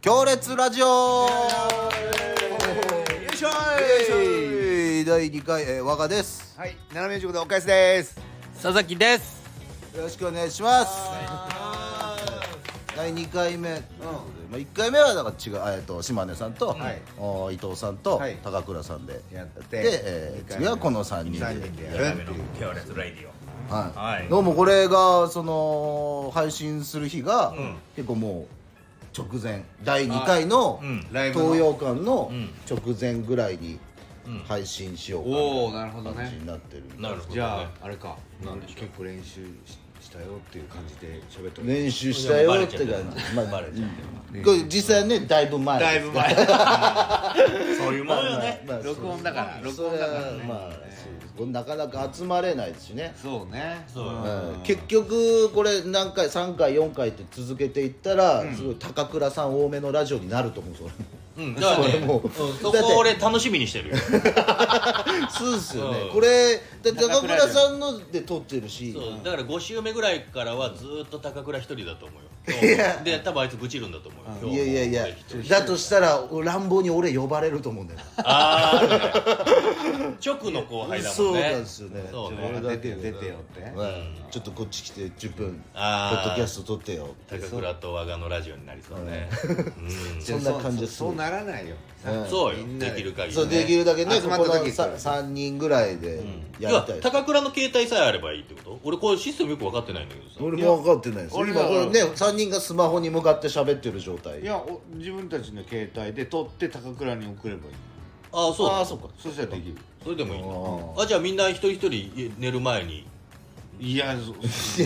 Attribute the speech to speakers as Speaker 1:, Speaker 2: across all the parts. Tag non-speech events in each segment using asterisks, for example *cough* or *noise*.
Speaker 1: 強烈ラジオ
Speaker 2: よいしょ
Speaker 1: えー第2回、えー、我がです
Speaker 2: はい、斜め塾のおかえしです
Speaker 3: 佐々木です
Speaker 1: よろしくお願いします第2回目、まあ、1回目はだから違う、えー、と島根さんと、
Speaker 2: はい
Speaker 1: お伊藤さんと、
Speaker 2: はい
Speaker 1: 高倉さんで
Speaker 2: やって
Speaker 1: でえー
Speaker 2: 二回目
Speaker 1: 次はこの3人で
Speaker 2: 三人でやる
Speaker 1: やる
Speaker 2: っていう
Speaker 3: 強烈ラディ
Speaker 1: はい
Speaker 3: はい
Speaker 1: どうもこれがその配信する日が、
Speaker 3: ん
Speaker 1: 結構もう直前第2回の、
Speaker 3: うん
Speaker 2: ライブの
Speaker 1: 東洋館の
Speaker 3: うん
Speaker 1: 直前ぐらいに配信しようか
Speaker 4: おおなるほど
Speaker 1: な感じ
Speaker 4: ね
Speaker 1: になってる
Speaker 3: オなるほど、ね、
Speaker 4: じゃああれか
Speaker 2: 結構練習ししたよっていう感じで喋って
Speaker 1: 練習したよって感じまあ
Speaker 3: バレちゃってる
Speaker 1: これ実際ねだいぶ前
Speaker 4: だいぶ前
Speaker 3: そういうもんよね
Speaker 1: まあまあ
Speaker 4: 録音だから
Speaker 1: そ
Speaker 4: 録音
Speaker 1: う
Speaker 4: だからね
Speaker 1: それはまあそうこれなかなか集まれないですしね
Speaker 4: そうね
Speaker 3: そうよ
Speaker 1: うん結局これ何回3回4回って続けていったらすごい高倉さん多めのラジオになると思うんですよ
Speaker 3: うんだからね
Speaker 1: それもう
Speaker 3: うん
Speaker 1: *laughs*
Speaker 3: そ
Speaker 1: だって
Speaker 3: こ俺楽しみにして
Speaker 1: *laughs*
Speaker 3: るよ
Speaker 1: そうですよね
Speaker 3: うん
Speaker 1: これだって高
Speaker 4: 高
Speaker 1: 倉
Speaker 4: 倉
Speaker 1: さんので撮ってるし
Speaker 3: そうだから5週目ぐらいからはずーっと高倉一人だと思うよ
Speaker 1: *laughs*
Speaker 3: で多分あいつ愚痴るんだと思うよ今
Speaker 1: い
Speaker 3: 日
Speaker 1: や
Speaker 3: も
Speaker 1: いやいや
Speaker 3: 俺一人
Speaker 1: だとしたら乱暴に俺呼ばれると思うんだよ
Speaker 3: ああ、ね、直の後輩だも
Speaker 1: そ
Speaker 3: んね
Speaker 1: うなんですよね
Speaker 3: そう
Speaker 1: ちょっ
Speaker 3: ね
Speaker 1: と
Speaker 2: 出てよ出てよって
Speaker 1: うんちょっとこっち来て10分ポ
Speaker 3: あー
Speaker 1: ッドキャスト撮ってよ
Speaker 3: 高倉と我がのラジオになりそうね
Speaker 1: *laughs* そんな感じです
Speaker 2: そうそうならないよ
Speaker 3: うんそう
Speaker 2: み
Speaker 3: よ
Speaker 2: んな
Speaker 3: で
Speaker 2: で
Speaker 3: きる限り
Speaker 1: そうできるだけね
Speaker 2: 集
Speaker 1: こ
Speaker 2: ま
Speaker 1: こ
Speaker 2: っ
Speaker 1: の
Speaker 2: た時から
Speaker 1: 3人ぐらいで
Speaker 3: いや
Speaker 1: やりたい
Speaker 3: 高倉の携帯さえあればいいってこと俺これシステムよく分かってないんだけどさ
Speaker 1: 俺も分かってないです
Speaker 2: いや
Speaker 1: 今これね3人がスマホに向かって喋ってる状態
Speaker 2: いやお自分たちの携帯で撮って高倉に送ればいい
Speaker 3: ああそうだ
Speaker 1: ああそうか
Speaker 2: そしたらできる
Speaker 3: それでもいい
Speaker 1: あ
Speaker 3: なあじゃあみんな一人一人寝る前に
Speaker 2: いや
Speaker 1: いやそ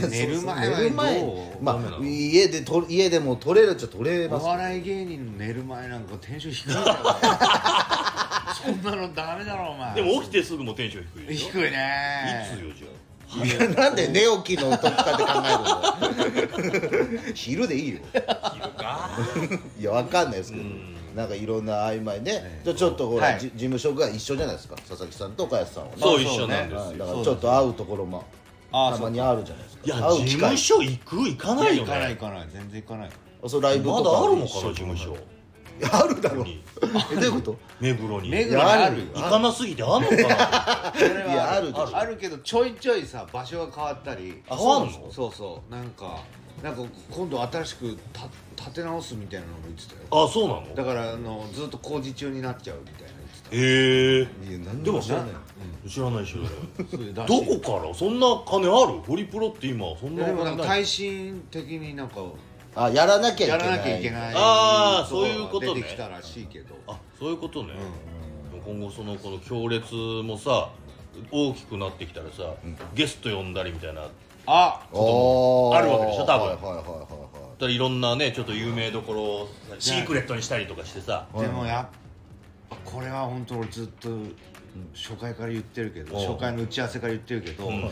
Speaker 1: う
Speaker 2: 寝る前
Speaker 1: 寝る前
Speaker 2: はどう
Speaker 1: ま
Speaker 3: ダメな
Speaker 1: あ
Speaker 3: の
Speaker 1: 家でと家でも撮れるっちゃ撮れま
Speaker 2: お
Speaker 1: すけ
Speaker 2: 笑い芸人の寝る前なんかテンション低いだ
Speaker 3: *laughs*
Speaker 2: ろそんなのダメだろお前
Speaker 3: でも起きてすぐもテンション低いでしょい
Speaker 2: 低いね
Speaker 3: つよじゃ
Speaker 1: どいやなんで寝起きの時かって考えるの *laughs* 昼でいいよ
Speaker 3: あ昼か
Speaker 1: いやわかんないですけどなんかいろんな曖昧ねじゃあちょっとほら
Speaker 2: はい
Speaker 1: じ事務所が一緒じゃないですか佐々木さんと岡安さんはね
Speaker 3: そう一緒なんで
Speaker 1: はい
Speaker 3: す
Speaker 1: だ
Speaker 3: よ
Speaker 1: からちょっと会うところも
Speaker 2: ああ
Speaker 1: たまにあるじゃないですか
Speaker 3: いや
Speaker 1: 会う
Speaker 3: 事
Speaker 1: 機
Speaker 3: 務
Speaker 1: 会
Speaker 3: 所行く行か
Speaker 2: 行かな
Speaker 3: ないい
Speaker 2: 行
Speaker 3: よ
Speaker 2: かない
Speaker 3: ね
Speaker 2: 行かない全然行かない
Speaker 1: あそうライブとか
Speaker 3: まだあるのかな事務所
Speaker 1: いやある
Speaker 3: *laughs*
Speaker 1: だろうえどういうこと
Speaker 3: 目黒に
Speaker 2: 目
Speaker 1: 黒
Speaker 2: 黒
Speaker 1: に
Speaker 2: に
Speaker 1: あ
Speaker 2: あ
Speaker 1: る
Speaker 2: る
Speaker 1: よ
Speaker 2: よ
Speaker 3: 行かなすぎてあんのかな
Speaker 2: それはい
Speaker 1: やあるでしょ
Speaker 2: あるけどちょいちょいさ場所が変わったり
Speaker 3: あそうなの
Speaker 2: そうそうなんかなんか今度新しくた立て直すみたいなのも言ってたよ
Speaker 3: あそうな
Speaker 2: だ
Speaker 3: の
Speaker 2: からあのずっと工事中になっちゃうみたいな言って
Speaker 1: い
Speaker 3: へえ
Speaker 1: や何に
Speaker 3: でも
Speaker 1: も知らない
Speaker 3: うん知らない知らない
Speaker 2: たそれらし
Speaker 3: ど
Speaker 2: い
Speaker 3: こからそんな金あるホリプロって今そん
Speaker 2: い
Speaker 3: な
Speaker 2: やでもなんか
Speaker 3: ない
Speaker 2: 耐震的になんか
Speaker 1: あやらなきゃい
Speaker 2: や
Speaker 1: けな
Speaker 2: ら
Speaker 1: い
Speaker 2: なきゃいけない
Speaker 3: あーそういうことね
Speaker 2: 出てきたらしいけど
Speaker 3: あそういうことね、今後そのこの強烈もさ大きくなってきたらさ、ゲスト呼んだりみたいなだか
Speaker 2: あ
Speaker 1: おー
Speaker 3: あるわけでしょ多分
Speaker 1: はいはいはいはいはい
Speaker 3: らいろんなねちょっと有名どころをシークレットにしたりとかしてさ
Speaker 2: でもやっぱこれは本当俺ずっと初回から言ってるけど
Speaker 3: うん
Speaker 2: 初回の打ち合わせから言ってるけど、
Speaker 3: うん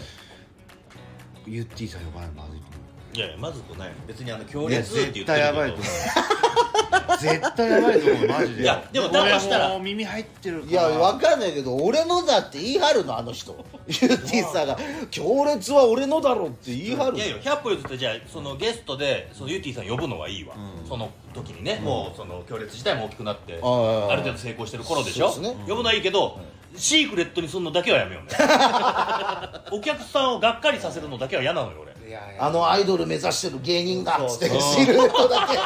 Speaker 2: ユッティさん呼ばないとまずいと思う
Speaker 3: いやいやまずくない別にあの強
Speaker 2: いや
Speaker 3: 烈って言
Speaker 2: 絶
Speaker 3: って
Speaker 2: 対やばい
Speaker 3: る
Speaker 2: と
Speaker 3: け
Speaker 2: 思
Speaker 3: ど
Speaker 2: う絶対やばいと思うマジで
Speaker 3: いやでもだとしたら
Speaker 2: 俺もう耳入ってるから
Speaker 1: いやわかんないけど俺のだって言い張るのあの人
Speaker 3: *laughs*
Speaker 1: ユーティーさんが「強烈は俺のだろ」って言い張る
Speaker 3: いやいや100歩譲ってじゃあそのゲストでそのユーティーさん呼ぶのはいいわ、その時にね、もうその強烈自体も大きくなって
Speaker 1: あああ
Speaker 3: ある程度成功してる頃でしょ
Speaker 1: そうですね
Speaker 3: 呼ぶのはいいけど、シークレットにするのだけはやめよ *laughs* うねお客さんをがっかりさせるのだけは嫌なのよ俺
Speaker 2: いやいや
Speaker 1: あのアイドル目指してる芸人がっつって
Speaker 3: そうそう
Speaker 1: シルエットだ
Speaker 5: い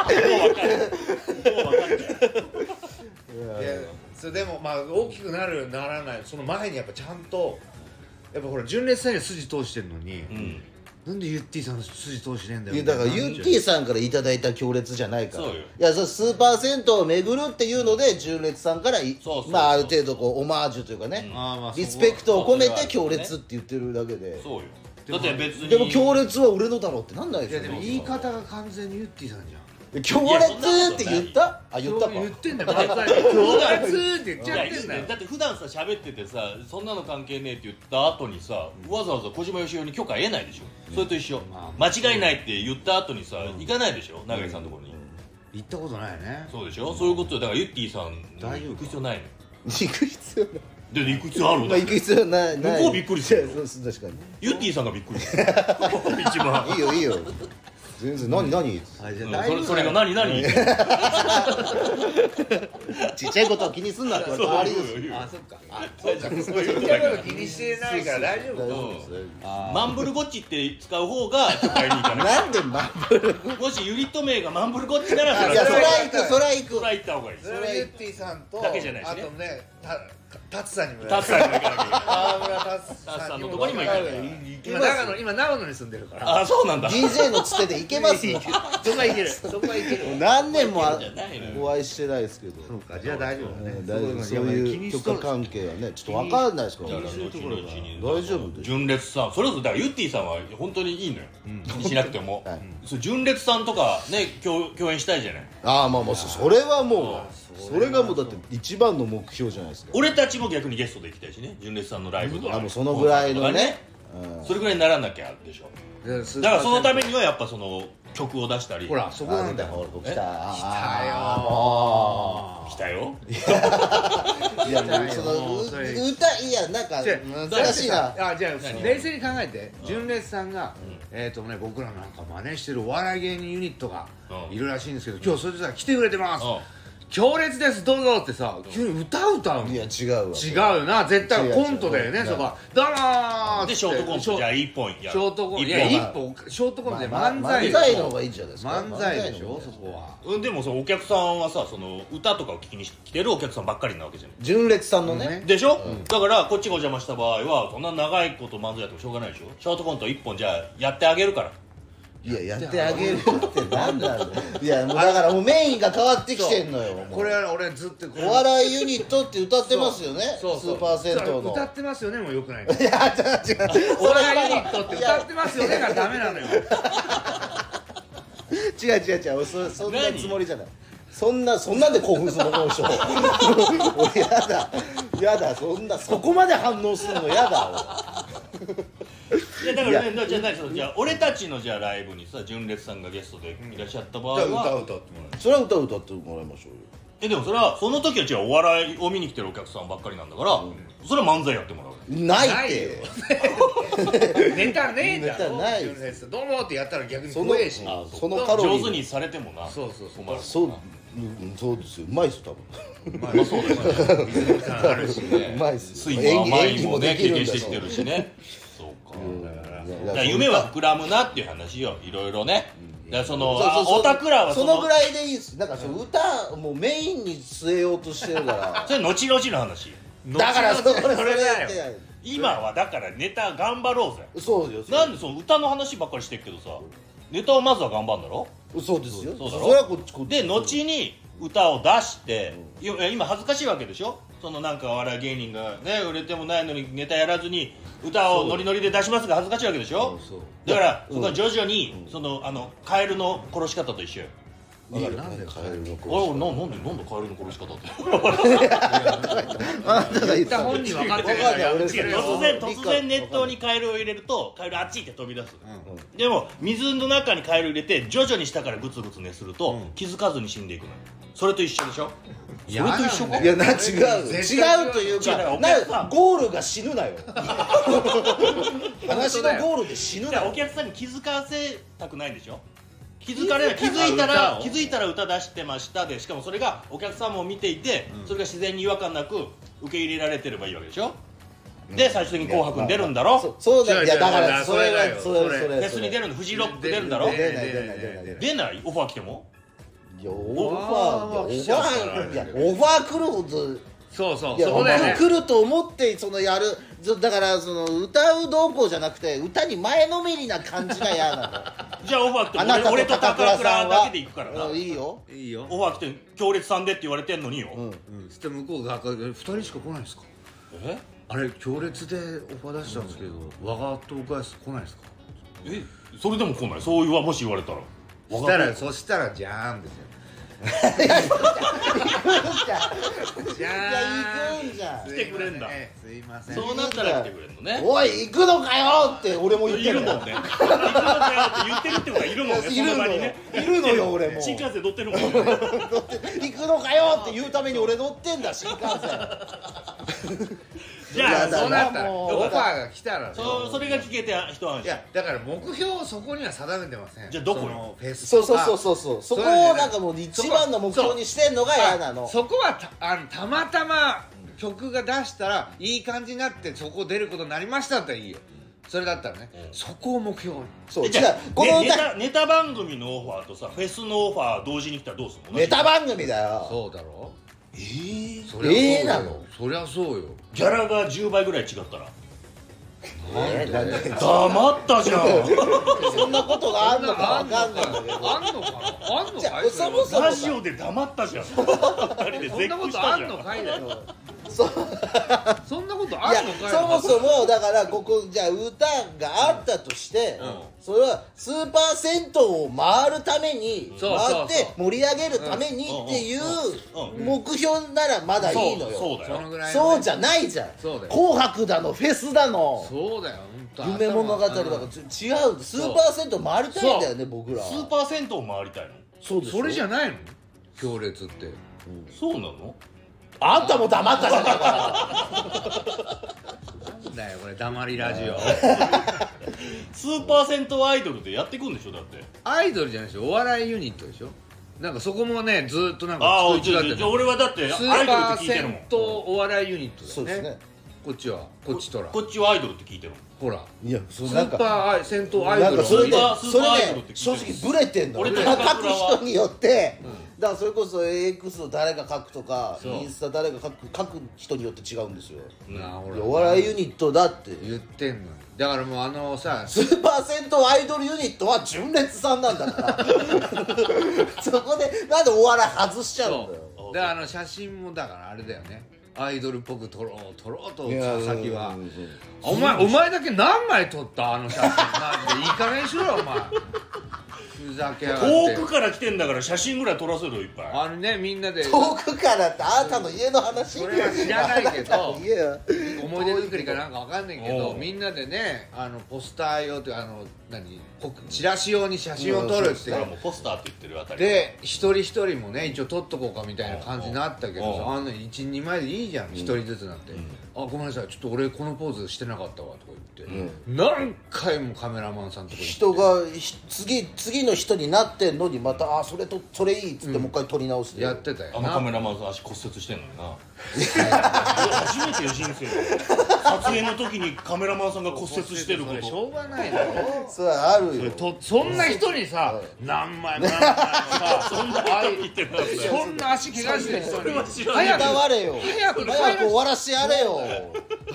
Speaker 5: やそれでもまあ大きくなるならないその前にやっぱちゃんと
Speaker 2: やっぱほら純烈さんには筋通してるのに、
Speaker 3: うん
Speaker 2: なんでユッティさんの筋通してねえんだ
Speaker 1: けい
Speaker 2: よ
Speaker 1: やだからユーティー
Speaker 2: さ
Speaker 1: さんからいただいた強烈じゃないから
Speaker 3: そうよ
Speaker 1: いやそうスーパー銭湯を巡るっていうので純烈さんからい
Speaker 3: そうそうそう
Speaker 1: まあある程度こうオマージュというかね、
Speaker 2: あーまあそこは
Speaker 1: リスペクトを込めて
Speaker 3: そ
Speaker 1: 強
Speaker 3: うだよね
Speaker 1: 烈って言ってるだけで
Speaker 3: そうよだって別に
Speaker 1: でも強烈は俺のだろうってなんない
Speaker 2: いや
Speaker 1: です
Speaker 2: で
Speaker 1: よ
Speaker 2: も
Speaker 1: ね
Speaker 2: 言い方が完全にユッティさんじゃん
Speaker 1: 強烈って言ったあ言ったか
Speaker 2: そう言ってんだよ別に強烈って言っ
Speaker 3: い
Speaker 2: ちゃ
Speaker 3: や
Speaker 2: っ
Speaker 3: い
Speaker 2: て
Speaker 3: い
Speaker 2: んだ
Speaker 3: ね
Speaker 2: よ
Speaker 3: だって普段さ喋っててさそんなの関係ねえって言った後にさ、わざわざ小島よしおに許可得ないでしょ、それと一緒、
Speaker 2: ま
Speaker 3: 間違いないって言った後にさ、行かないでしょ永井さんのところに、
Speaker 2: 言ったことないよね
Speaker 3: そうでしょ、そういうことよだからユッティさん
Speaker 2: 大丈夫
Speaker 3: 行く必要ないの
Speaker 1: 行く必要ない
Speaker 3: で行く必要あるん
Speaker 1: ま
Speaker 3: だ
Speaker 1: あ行く必要ないない
Speaker 3: 向こうびっくりするよ
Speaker 1: いや *laughs* そうそう確か
Speaker 3: ユッティさんがびっくりした一番
Speaker 1: にいいよいいよ全然何何
Speaker 6: あじ
Speaker 3: う
Speaker 6: ゃ
Speaker 3: んそ
Speaker 6: あだい
Speaker 3: れ
Speaker 6: ぶ
Speaker 3: それが何何そ
Speaker 1: ちっちゃいことは気にすんなって言われたらありですよ
Speaker 3: ういう
Speaker 6: あそっかあ
Speaker 3: そうかそういう
Speaker 2: そん
Speaker 3: こと
Speaker 2: な
Speaker 3: だか
Speaker 2: こと
Speaker 3: ら
Speaker 2: 気にしてないから大丈
Speaker 1: 大
Speaker 2: 夫
Speaker 1: 丈夫です
Speaker 6: あ
Speaker 3: マンブルゴッチって使う方が都会に行かな
Speaker 1: なんでマンブル
Speaker 3: いもしユニット名がマンブルゴッチなら
Speaker 1: い
Speaker 3: そ
Speaker 1: やそ
Speaker 3: れ
Speaker 1: れ
Speaker 3: は
Speaker 1: は行くそれは行
Speaker 3: そ
Speaker 1: く
Speaker 3: れは行った方がいい
Speaker 2: それはゆってぃさんと
Speaker 3: だけじゃないしね
Speaker 2: あとねた達さんにも
Speaker 3: たくさん行かなきゃいけない
Speaker 2: 川村達さんにも
Speaker 3: 達さんのとこにも行かない
Speaker 2: 今長野今長野に住んでるから
Speaker 3: あそうなんだ
Speaker 1: DJ のつてで行けます
Speaker 2: *laughs*
Speaker 1: も
Speaker 2: そこはいけるそこはいける
Speaker 1: う何年もあ
Speaker 3: じゃないのよ
Speaker 1: お会いしてないですけど
Speaker 6: そうかじゃあ大丈夫だ
Speaker 1: うん
Speaker 6: ね
Speaker 1: 大丈夫そう
Speaker 6: 気
Speaker 1: いう
Speaker 6: に
Speaker 1: 許
Speaker 6: しと
Speaker 1: 可
Speaker 6: る
Speaker 1: 関係はねちょっと分かんないですから
Speaker 3: だか
Speaker 1: ね
Speaker 3: ら後々うちに
Speaker 1: 大丈夫でしょ
Speaker 3: 純烈さんそれこそだからユッティさんは本当にいいのよ、気にしなくても、
Speaker 1: はい
Speaker 3: そう純烈さんとかね共共演したいじゃない
Speaker 1: ああまあまあそそれはもうそれがもうだって一番の目標じゃないですか
Speaker 3: 俺たちも逆にゲストで行きたいしね純烈さんのライブとか、
Speaker 1: あのそのぐらいのね
Speaker 3: とかねそれぐらいにならなきゃでしょだからそのためにはやっぱその曲を出したり
Speaker 6: ほらそこ
Speaker 1: あ
Speaker 6: なん
Speaker 1: 出
Speaker 6: だ
Speaker 1: た
Speaker 6: よ
Speaker 1: ほら来た来
Speaker 2: あよ
Speaker 3: 来たよ
Speaker 1: いやもうそ
Speaker 6: も
Speaker 1: の
Speaker 6: う
Speaker 1: う
Speaker 6: それ
Speaker 1: 歌いやなんか
Speaker 6: 違う
Speaker 1: 難しいな
Speaker 6: あじゃあ
Speaker 3: 何
Speaker 6: 冷静に考えて純烈さんが、えっ、とね僕らなんか真似してるお笑い芸人ユニットが
Speaker 3: うん
Speaker 6: いるらしいんですけど今日それでさ来てくれてます、
Speaker 3: うん
Speaker 6: 強烈ですどうぞってさ急に歌う歌うの
Speaker 1: いや
Speaker 6: 違
Speaker 1: 違うわ
Speaker 6: うよな絶対
Speaker 1: 違う
Speaker 6: コントだよ
Speaker 1: 違
Speaker 6: ね
Speaker 1: う
Speaker 6: そこはどうもーって
Speaker 3: でショートコン
Speaker 6: ショ
Speaker 3: トじゃあ1本やる
Speaker 6: ショートコントい
Speaker 3: 一
Speaker 6: や
Speaker 3: 本
Speaker 6: 一
Speaker 1: まあ
Speaker 6: 本ショートコントで
Speaker 1: まあ
Speaker 6: 漫才
Speaker 1: 漫才の方がいいんじゃないですか
Speaker 6: 漫才で
Speaker 1: 漫
Speaker 6: しょ
Speaker 1: 才
Speaker 6: そ
Speaker 1: の方が
Speaker 6: こは
Speaker 3: うんでもそのお客さんはさその歌とかを聞きに来てるお客さんばっかりなわけじゃない
Speaker 1: 純烈さんのね
Speaker 6: ね
Speaker 3: でしょ、だからこっちがお邪魔した場合はそんな長いこと漫才やってもしょうがないでしょショートコント1本じゃあやってあげるから
Speaker 1: いややってあげるってなんだろういやもうだからもうメインが変わってきてんのよもう
Speaker 6: これは俺ずっとこう
Speaker 1: お笑いユニットって歌ってますよねス
Speaker 6: そうそう
Speaker 1: ーパー銭湯の
Speaker 6: 歌ってますよねもうよ
Speaker 1: *laughs*
Speaker 6: くない
Speaker 1: いや違う違う
Speaker 6: お笑いユニットって歌ってますよねがダメ *laughs* なのよ
Speaker 1: 違う違う違うそそんな
Speaker 3: 何
Speaker 1: つもりじゃないそんなそんなんで興奮するのこの人俺やだやだそんなそこまで反応するのやだ
Speaker 3: いやだからねじゃあ何そのじゃあ俺たちのじゃあライブにさ純烈さんがゲストでいらっしゃった場合
Speaker 2: 歌
Speaker 3: は、
Speaker 2: 歌ってもら
Speaker 1: 俺それは歌歌ってもらいましょうよ
Speaker 3: えでもそれはその時は違うお笑いを見に来てるお客さんばっかりなんだから、それは漫才やってもらう
Speaker 1: ない
Speaker 6: な
Speaker 1: っ
Speaker 6: いよ
Speaker 1: て
Speaker 6: ネタねえんだ
Speaker 1: ネタ
Speaker 6: ろ
Speaker 1: ない
Speaker 2: えるどうもってやったら逆に
Speaker 1: その
Speaker 2: 怖えし
Speaker 1: あそのカロリー
Speaker 3: 上手にされてもな
Speaker 6: そうそうそう
Speaker 3: 困る
Speaker 1: そう、うん、そうですようまいっす多分
Speaker 6: まあそうだよね水野さんあるしね
Speaker 1: うまいっす
Speaker 3: 水も甘
Speaker 1: 演技
Speaker 3: いもね
Speaker 1: 演技もでき
Speaker 3: 経
Speaker 1: るんだ
Speaker 3: 験してきてるし
Speaker 1: *laughs*
Speaker 3: ねそうか、だか
Speaker 1: いやいや
Speaker 3: ら夢は膨らむなっていう話よいろいろね、だからその
Speaker 1: そうそうそう
Speaker 3: あオタクらは
Speaker 1: そ
Speaker 3: そ
Speaker 1: の
Speaker 3: の
Speaker 1: ぐらいでいいっすなんかその歌もうメインに据えようとしてるから
Speaker 3: *laughs* それ後々の話
Speaker 1: だからそれ
Speaker 6: 後々それだよ
Speaker 1: それやって
Speaker 3: 今はだからネタ頑張ろうぜ
Speaker 1: そうよ
Speaker 3: なんでその歌の話ばっかりしてるけどさネタをまずは頑張るんだろ
Speaker 1: そうですよ
Speaker 3: そうだろ
Speaker 1: れはこっちこっち
Speaker 3: で後に歌を出して、いや今恥ずかしいわけでしょそのなんかお笑い芸人がね売れてもないのにネタやらずに歌をノリノリで出しますが恥ずかしいわけでしょ
Speaker 6: そう
Speaker 3: だから
Speaker 1: うん
Speaker 3: そこは徐々に、そのあのカエルの殺し方と一緒よ
Speaker 1: わかる
Speaker 6: なんだよ
Speaker 1: カエルの
Speaker 3: あ
Speaker 1: 子
Speaker 3: れ俺ななんでなんでカエルの殺し方って
Speaker 1: あなたが言
Speaker 6: 言
Speaker 1: っ
Speaker 6: って
Speaker 1: た
Speaker 6: た
Speaker 1: の
Speaker 6: 本人分かってる
Speaker 1: わかんない俺
Speaker 3: 違う突然突然熱湯にカエルを入れるとカエルあっちって飛び出す、でも水の中にカエル入れて徐々に下からグツグツ熱すると、気づかずに死んでいくのよそれと一緒でしょ
Speaker 6: い
Speaker 3: それと一緒か
Speaker 1: いやな違う
Speaker 6: 絶対
Speaker 1: 違うという
Speaker 3: 違うだから
Speaker 1: か
Speaker 3: お客さん
Speaker 1: なゴールが死ぬな
Speaker 3: *laughs*
Speaker 1: よ話のゴールで死ぬ
Speaker 3: じ
Speaker 1: な
Speaker 3: ゃあ
Speaker 1: よ
Speaker 3: お客さんに気づかせたくないんでしょ気づかれ気づいたら気づいたら歌出してましたでしかもそれがお客さんも見ていて、それが自然に違和感なく受け入れられてればいいわけでしょ、で最終的に「紅白」に出るんだろ
Speaker 1: そうそうだ
Speaker 6: 違う
Speaker 1: いや
Speaker 6: 違う
Speaker 1: だか
Speaker 6: だからら
Speaker 1: それはそ
Speaker 6: そ
Speaker 1: れそれ
Speaker 6: れ
Speaker 1: そ
Speaker 3: フ
Speaker 1: れ
Speaker 3: ェスに出るのフジロック出るんだろ
Speaker 1: 出な
Speaker 6: 出
Speaker 1: い出ない出ない出ない
Speaker 3: 出ないオファー来ても
Speaker 1: いやオ
Speaker 6: オ
Speaker 1: フ
Speaker 6: フ
Speaker 1: ァ
Speaker 6: ァー
Speaker 1: ー
Speaker 6: は来
Speaker 1: い
Speaker 6: ち
Speaker 1: やオ
Speaker 6: ゃう
Speaker 1: フ
Speaker 6: から
Speaker 1: ァーいやオファー来るほど
Speaker 6: そうそう
Speaker 1: いや
Speaker 6: そこ
Speaker 1: オフ
Speaker 6: だ
Speaker 1: ァ
Speaker 6: よね
Speaker 1: ー来ると思ってそのやるずだからその歌うどうこうじゃなくて歌に前のめりな感じが嫌なの
Speaker 3: じゃあオファー来て
Speaker 1: あな
Speaker 3: も
Speaker 1: た
Speaker 3: *laughs* 俺俺
Speaker 1: と
Speaker 3: と
Speaker 1: 高
Speaker 3: 高
Speaker 1: 倉さ
Speaker 3: 倉
Speaker 1: ん
Speaker 3: だ
Speaker 1: は
Speaker 3: けで行くからな
Speaker 1: う
Speaker 3: オ
Speaker 1: ん
Speaker 3: フ
Speaker 1: いいよ
Speaker 6: いいよ
Speaker 3: ァー来て「強烈さんで」って言われてんのによ、
Speaker 1: うん
Speaker 6: うんそして向こうが2人しか来ないんですか
Speaker 3: え
Speaker 6: あれ強烈でオファー出したんですけど我が東海市来ないですか
Speaker 3: えそれでも来ないそう言わもし言われたら
Speaker 6: そしたらそしたらじゃーんです
Speaker 1: *laughs*
Speaker 6: よじゃ
Speaker 1: いや行くんじゃん
Speaker 6: ー
Speaker 3: 来
Speaker 6: ん
Speaker 3: てくれんだ
Speaker 6: ええすいません
Speaker 3: そうなったら来てくれるのね
Speaker 1: おい行くのかよって俺も言っ
Speaker 3: い
Speaker 1: て
Speaker 3: る
Speaker 1: る
Speaker 3: もんね。いるもんね。言ってるってことはいるもんね。
Speaker 1: いる
Speaker 3: そ
Speaker 1: の
Speaker 3: 場
Speaker 1: よ
Speaker 3: にね。
Speaker 1: いるのよ俺も
Speaker 3: 新幹線乗ってるもんね。
Speaker 1: 行くのかよって言うために俺乗ってんだ新幹線
Speaker 3: じゃ
Speaker 1: や
Speaker 3: あ
Speaker 1: だ
Speaker 3: そ
Speaker 2: そう
Speaker 3: うな
Speaker 2: なったら
Speaker 1: も
Speaker 2: オ
Speaker 1: う
Speaker 2: ファーが来たらね
Speaker 3: そそれが聞けて一安
Speaker 2: い
Speaker 3: 心
Speaker 2: やだから目標をそこには定めてません
Speaker 3: じゃあどこよ
Speaker 2: そのフェス
Speaker 1: そう
Speaker 2: と
Speaker 1: そう
Speaker 2: か
Speaker 1: そうそうそうそこをなんかもう一番の目標にしてんのが嫌なの
Speaker 2: そこはたあのたまたま曲が出したらいい感じになってそこ出ることになりましただったらいいよそれだったらね、
Speaker 3: うん
Speaker 2: そこを目標に
Speaker 1: そう違
Speaker 3: え
Speaker 1: う
Speaker 3: じゃあ
Speaker 1: この
Speaker 3: ねネ
Speaker 1: 歌
Speaker 3: タネタ番組のオファーとさフェスのオファー同時に来たらどうするの
Speaker 1: ネタ番組だよ
Speaker 2: そうだろ
Speaker 3: えー
Speaker 2: そりゃそうよ
Speaker 1: ええなの
Speaker 2: そりゃそうよ
Speaker 3: ギャラが10倍ぐらい違ったら
Speaker 1: えーなんで
Speaker 3: 黙ったじゃん
Speaker 1: *laughs* そんなことがあんのかわかんないんだけど
Speaker 2: あんのかなあんの
Speaker 1: じゃ
Speaker 2: か
Speaker 1: あ
Speaker 2: い
Speaker 1: そもそも
Speaker 3: ラジオで黙ったじゃん二人で
Speaker 2: そん
Speaker 3: 絶
Speaker 2: なこ
Speaker 3: 句し
Speaker 2: とあ
Speaker 3: たじゃ
Speaker 2: ん
Speaker 3: ん
Speaker 2: のかいだよ
Speaker 1: そう
Speaker 2: そんなこと
Speaker 1: い
Speaker 2: あ
Speaker 1: や
Speaker 2: んのかい
Speaker 1: そもそもだからここじゃあ歌があったとして、それはスーパー銭湯を回るために、
Speaker 2: そうそうそ
Speaker 1: 回
Speaker 2: う
Speaker 1: って盛り上げるためにっていう
Speaker 3: うん
Speaker 1: 目標ならまだいいのよ、
Speaker 3: そうそうだ
Speaker 2: その
Speaker 3: よ
Speaker 2: ぐらいのね
Speaker 1: そうじゃないじゃん
Speaker 2: そうだよ
Speaker 1: 紅白だのフェスだの
Speaker 2: そうだよ本当
Speaker 1: 夢物語だか
Speaker 2: 頭
Speaker 1: らち違うスーパー銭湯回りたいんだよね僕ら
Speaker 3: スーパー銭湯回りたいの
Speaker 1: そうですよ
Speaker 2: それじゃないの強烈って
Speaker 3: そうなの
Speaker 1: あんたも黙ったじゃないか
Speaker 2: なんだよこれ黙りラジオ
Speaker 3: スーパー銭湯アイドルでやっていくんでしょだって
Speaker 2: アイドルじゃないでしょお笑いユニットでしょなんかそこもねずーっとなんか
Speaker 3: ああ
Speaker 2: 通知
Speaker 3: じ
Speaker 2: が
Speaker 3: ゃ
Speaker 2: あって
Speaker 3: あ俺はだってアイド
Speaker 2: ス
Speaker 3: ル
Speaker 2: ーパ
Speaker 3: って
Speaker 2: ー
Speaker 3: 聞いてるもん
Speaker 2: 銭湯お笑いユニットだよ
Speaker 1: そうですね
Speaker 2: こっちはこっちとら
Speaker 3: こっちはアイドルって聞いてるもん
Speaker 2: ほら
Speaker 1: いやそ
Speaker 2: ス
Speaker 1: うなん
Speaker 2: ー
Speaker 1: か
Speaker 2: パーアイ銭湯アイ
Speaker 1: な
Speaker 2: ド
Speaker 1: ん
Speaker 2: ル
Speaker 1: かそれで
Speaker 3: スーパース
Speaker 1: そ
Speaker 3: ーパーアイ
Speaker 1: れ
Speaker 3: ドルっ
Speaker 1: ね
Speaker 3: て聞いてる
Speaker 1: 正直ブレてんの
Speaker 3: 俺
Speaker 1: 書
Speaker 3: と
Speaker 1: く
Speaker 3: 高倉は
Speaker 1: 人によってだからそれこそ AX の誰が書くとか
Speaker 2: そう
Speaker 1: インスタ誰が書く書く人によって違うんですよ
Speaker 2: なあほら
Speaker 1: お笑いユニットだって
Speaker 2: 言ってんのよだからもうあのさ
Speaker 1: スーパー銭湯アイドルユニットは純烈さんなんだからそこでなんでお笑い外しちゃうんだよ
Speaker 2: そうであの写真もだからあれだよねアイドルっぽく撮ろう撮ろうとさ先は
Speaker 1: うん
Speaker 2: お前お前だけ何枚撮ったあの写真なんでいい加減にしろよお前ふざけやがって
Speaker 3: 遠くから来てんだから写真ぐらい撮らせろよいっぱい
Speaker 2: あのねみんなで
Speaker 1: 遠くからってあなたの家の話
Speaker 2: それは知らないけど
Speaker 1: いや
Speaker 2: 思い出作りかなんかわかんないけ
Speaker 3: お
Speaker 2: ど
Speaker 3: う
Speaker 2: みんなでねあのポスター用というかあの何こチラシ用に写真を撮るって
Speaker 3: だからもうポスターって言ってるあたり
Speaker 2: で一人一人もね一応撮っとこうかみたいな感じになったけど
Speaker 3: う
Speaker 2: さ
Speaker 3: ん
Speaker 2: あんな12枚でいいじゃん一人ずつなんて「あごめんなさいちょっと俺このポーズしてなかったわ」とか言って何回もカメラマンさんとこ行って
Speaker 1: 人がひ次次の人になってんのにまた「あそれとそれいい」っつってもう一回撮り直して、
Speaker 2: やってた
Speaker 3: あ
Speaker 2: よ
Speaker 3: のカメ
Speaker 2: な
Speaker 3: ラマンさん足骨折してんのにないや初めてよ人生で撮影の時にカメラマンさんが骨折してるこ
Speaker 2: それし
Speaker 3: と
Speaker 2: ょうがないだろ
Speaker 1: それはある
Speaker 2: それ
Speaker 1: よ
Speaker 2: とそんな人にさ何枚も何枚もさ
Speaker 3: そんな人聞いてない
Speaker 2: そんな足怪我してる人
Speaker 3: それ
Speaker 2: に
Speaker 3: は知らない
Speaker 2: 早く
Speaker 1: 歌われよ
Speaker 2: 早く
Speaker 1: 早く終わらしてやれよ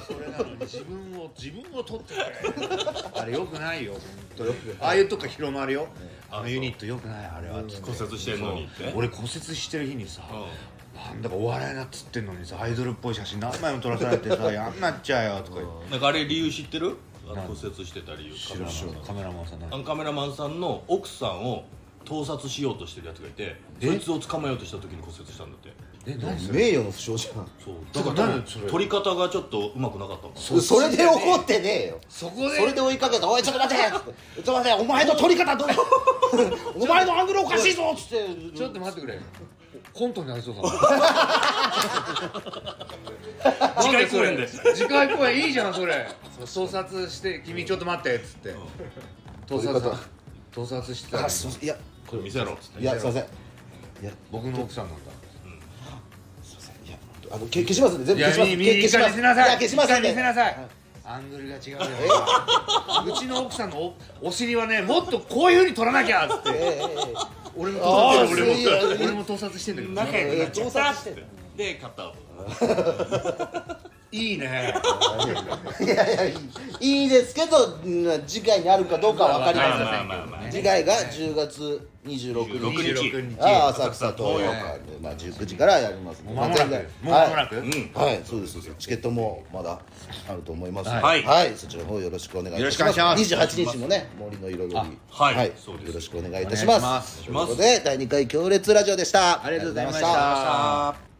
Speaker 2: それなのに自分を自分を取ってくれあれよくないよ本当よああいうとこ広まるよあのユニットよくないあれはつって
Speaker 3: 骨折してんのにって
Speaker 2: 俺骨折してる日にさなんだかお笑いなっつってんのにさアイドルっぽい写真何枚も撮らされ *laughs* てさやんなっちゃうよとか言って
Speaker 3: なんかあれ理由知ってるあの骨折してた理由カメラマンさ
Speaker 2: カ
Speaker 3: ん
Speaker 2: メラマンさん
Speaker 3: あ
Speaker 2: 何
Speaker 3: のカメラマンさんの奥さんを盗撮しようとしてるやつがいてそいつを捕まえようとした時に骨折したんだって
Speaker 2: え何それ
Speaker 1: 名誉の負傷じゃん
Speaker 3: そう
Speaker 2: てか
Speaker 3: だから多
Speaker 2: 何それ
Speaker 3: 分撮り方がちょっとうまくなかったのかな
Speaker 1: それで怒ってねえよ
Speaker 2: そこで
Speaker 1: それで追いかけた「おいちょっと待て!」っつって「ちょっと待てお前の撮り方どうお前のアングルおかしいぞ!」っつって
Speaker 2: ちょっと待ってくれコントになりそうだもん
Speaker 3: *laughs* 次回公演で
Speaker 2: 次回公演いいじゃんそれ盗撮して「君ちょっと待って」っつって盗撮
Speaker 1: 撮り方
Speaker 2: 盗撮してたの
Speaker 1: あ
Speaker 2: に
Speaker 1: すいませんいや
Speaker 3: これ見せろっつって
Speaker 1: いやすいません
Speaker 2: 僕の奥さんなんだ
Speaker 1: いやあのけ消しますね全
Speaker 2: い
Speaker 1: 部
Speaker 2: や、
Speaker 1: 消します
Speaker 2: みみ
Speaker 1: け
Speaker 2: 一回見せなさい。
Speaker 1: いや消します
Speaker 2: 一回見せ
Speaker 1: ね
Speaker 2: なさい。アングルが違うよ。うちの奥さんのおお尻はね、もっとこういう風に取らなきゃっつっ
Speaker 1: え
Speaker 2: て。
Speaker 1: えええ
Speaker 2: 俺も
Speaker 1: ああ
Speaker 2: 盗撮
Speaker 1: そ
Speaker 2: 俺も
Speaker 1: ういう
Speaker 2: 俺も盗撮してんだけど。
Speaker 3: 仲良くなっちゃったっ
Speaker 1: 盗
Speaker 3: つっ
Speaker 1: 撮して
Speaker 3: てで買ったわ
Speaker 2: いいね。
Speaker 1: いやいやいいいいですけどうん次回にあるかどうかは分かりません、
Speaker 3: まあまあまあまあ
Speaker 1: 次回が10月26日
Speaker 3: 六日
Speaker 2: 26
Speaker 1: ああ
Speaker 2: 日。
Speaker 1: 浅草東洋館で、まあ、19時からやります
Speaker 2: もう間もなく。もう間もなく。
Speaker 3: う
Speaker 1: は
Speaker 3: ん
Speaker 1: い、はい、そうですそうですチケットもまだあると思いますので
Speaker 3: はい
Speaker 1: はい、そちらの方よろしくお願いいたします
Speaker 2: よろしくお願い
Speaker 1: 28日もね森の彩り
Speaker 3: はいそうです
Speaker 1: よろしくお願いいたします
Speaker 2: お願いします
Speaker 1: ということで第2回強烈ラジオでした
Speaker 2: ありがとうございまし
Speaker 1: あ
Speaker 2: た
Speaker 1: りがとうございま
Speaker 3: あー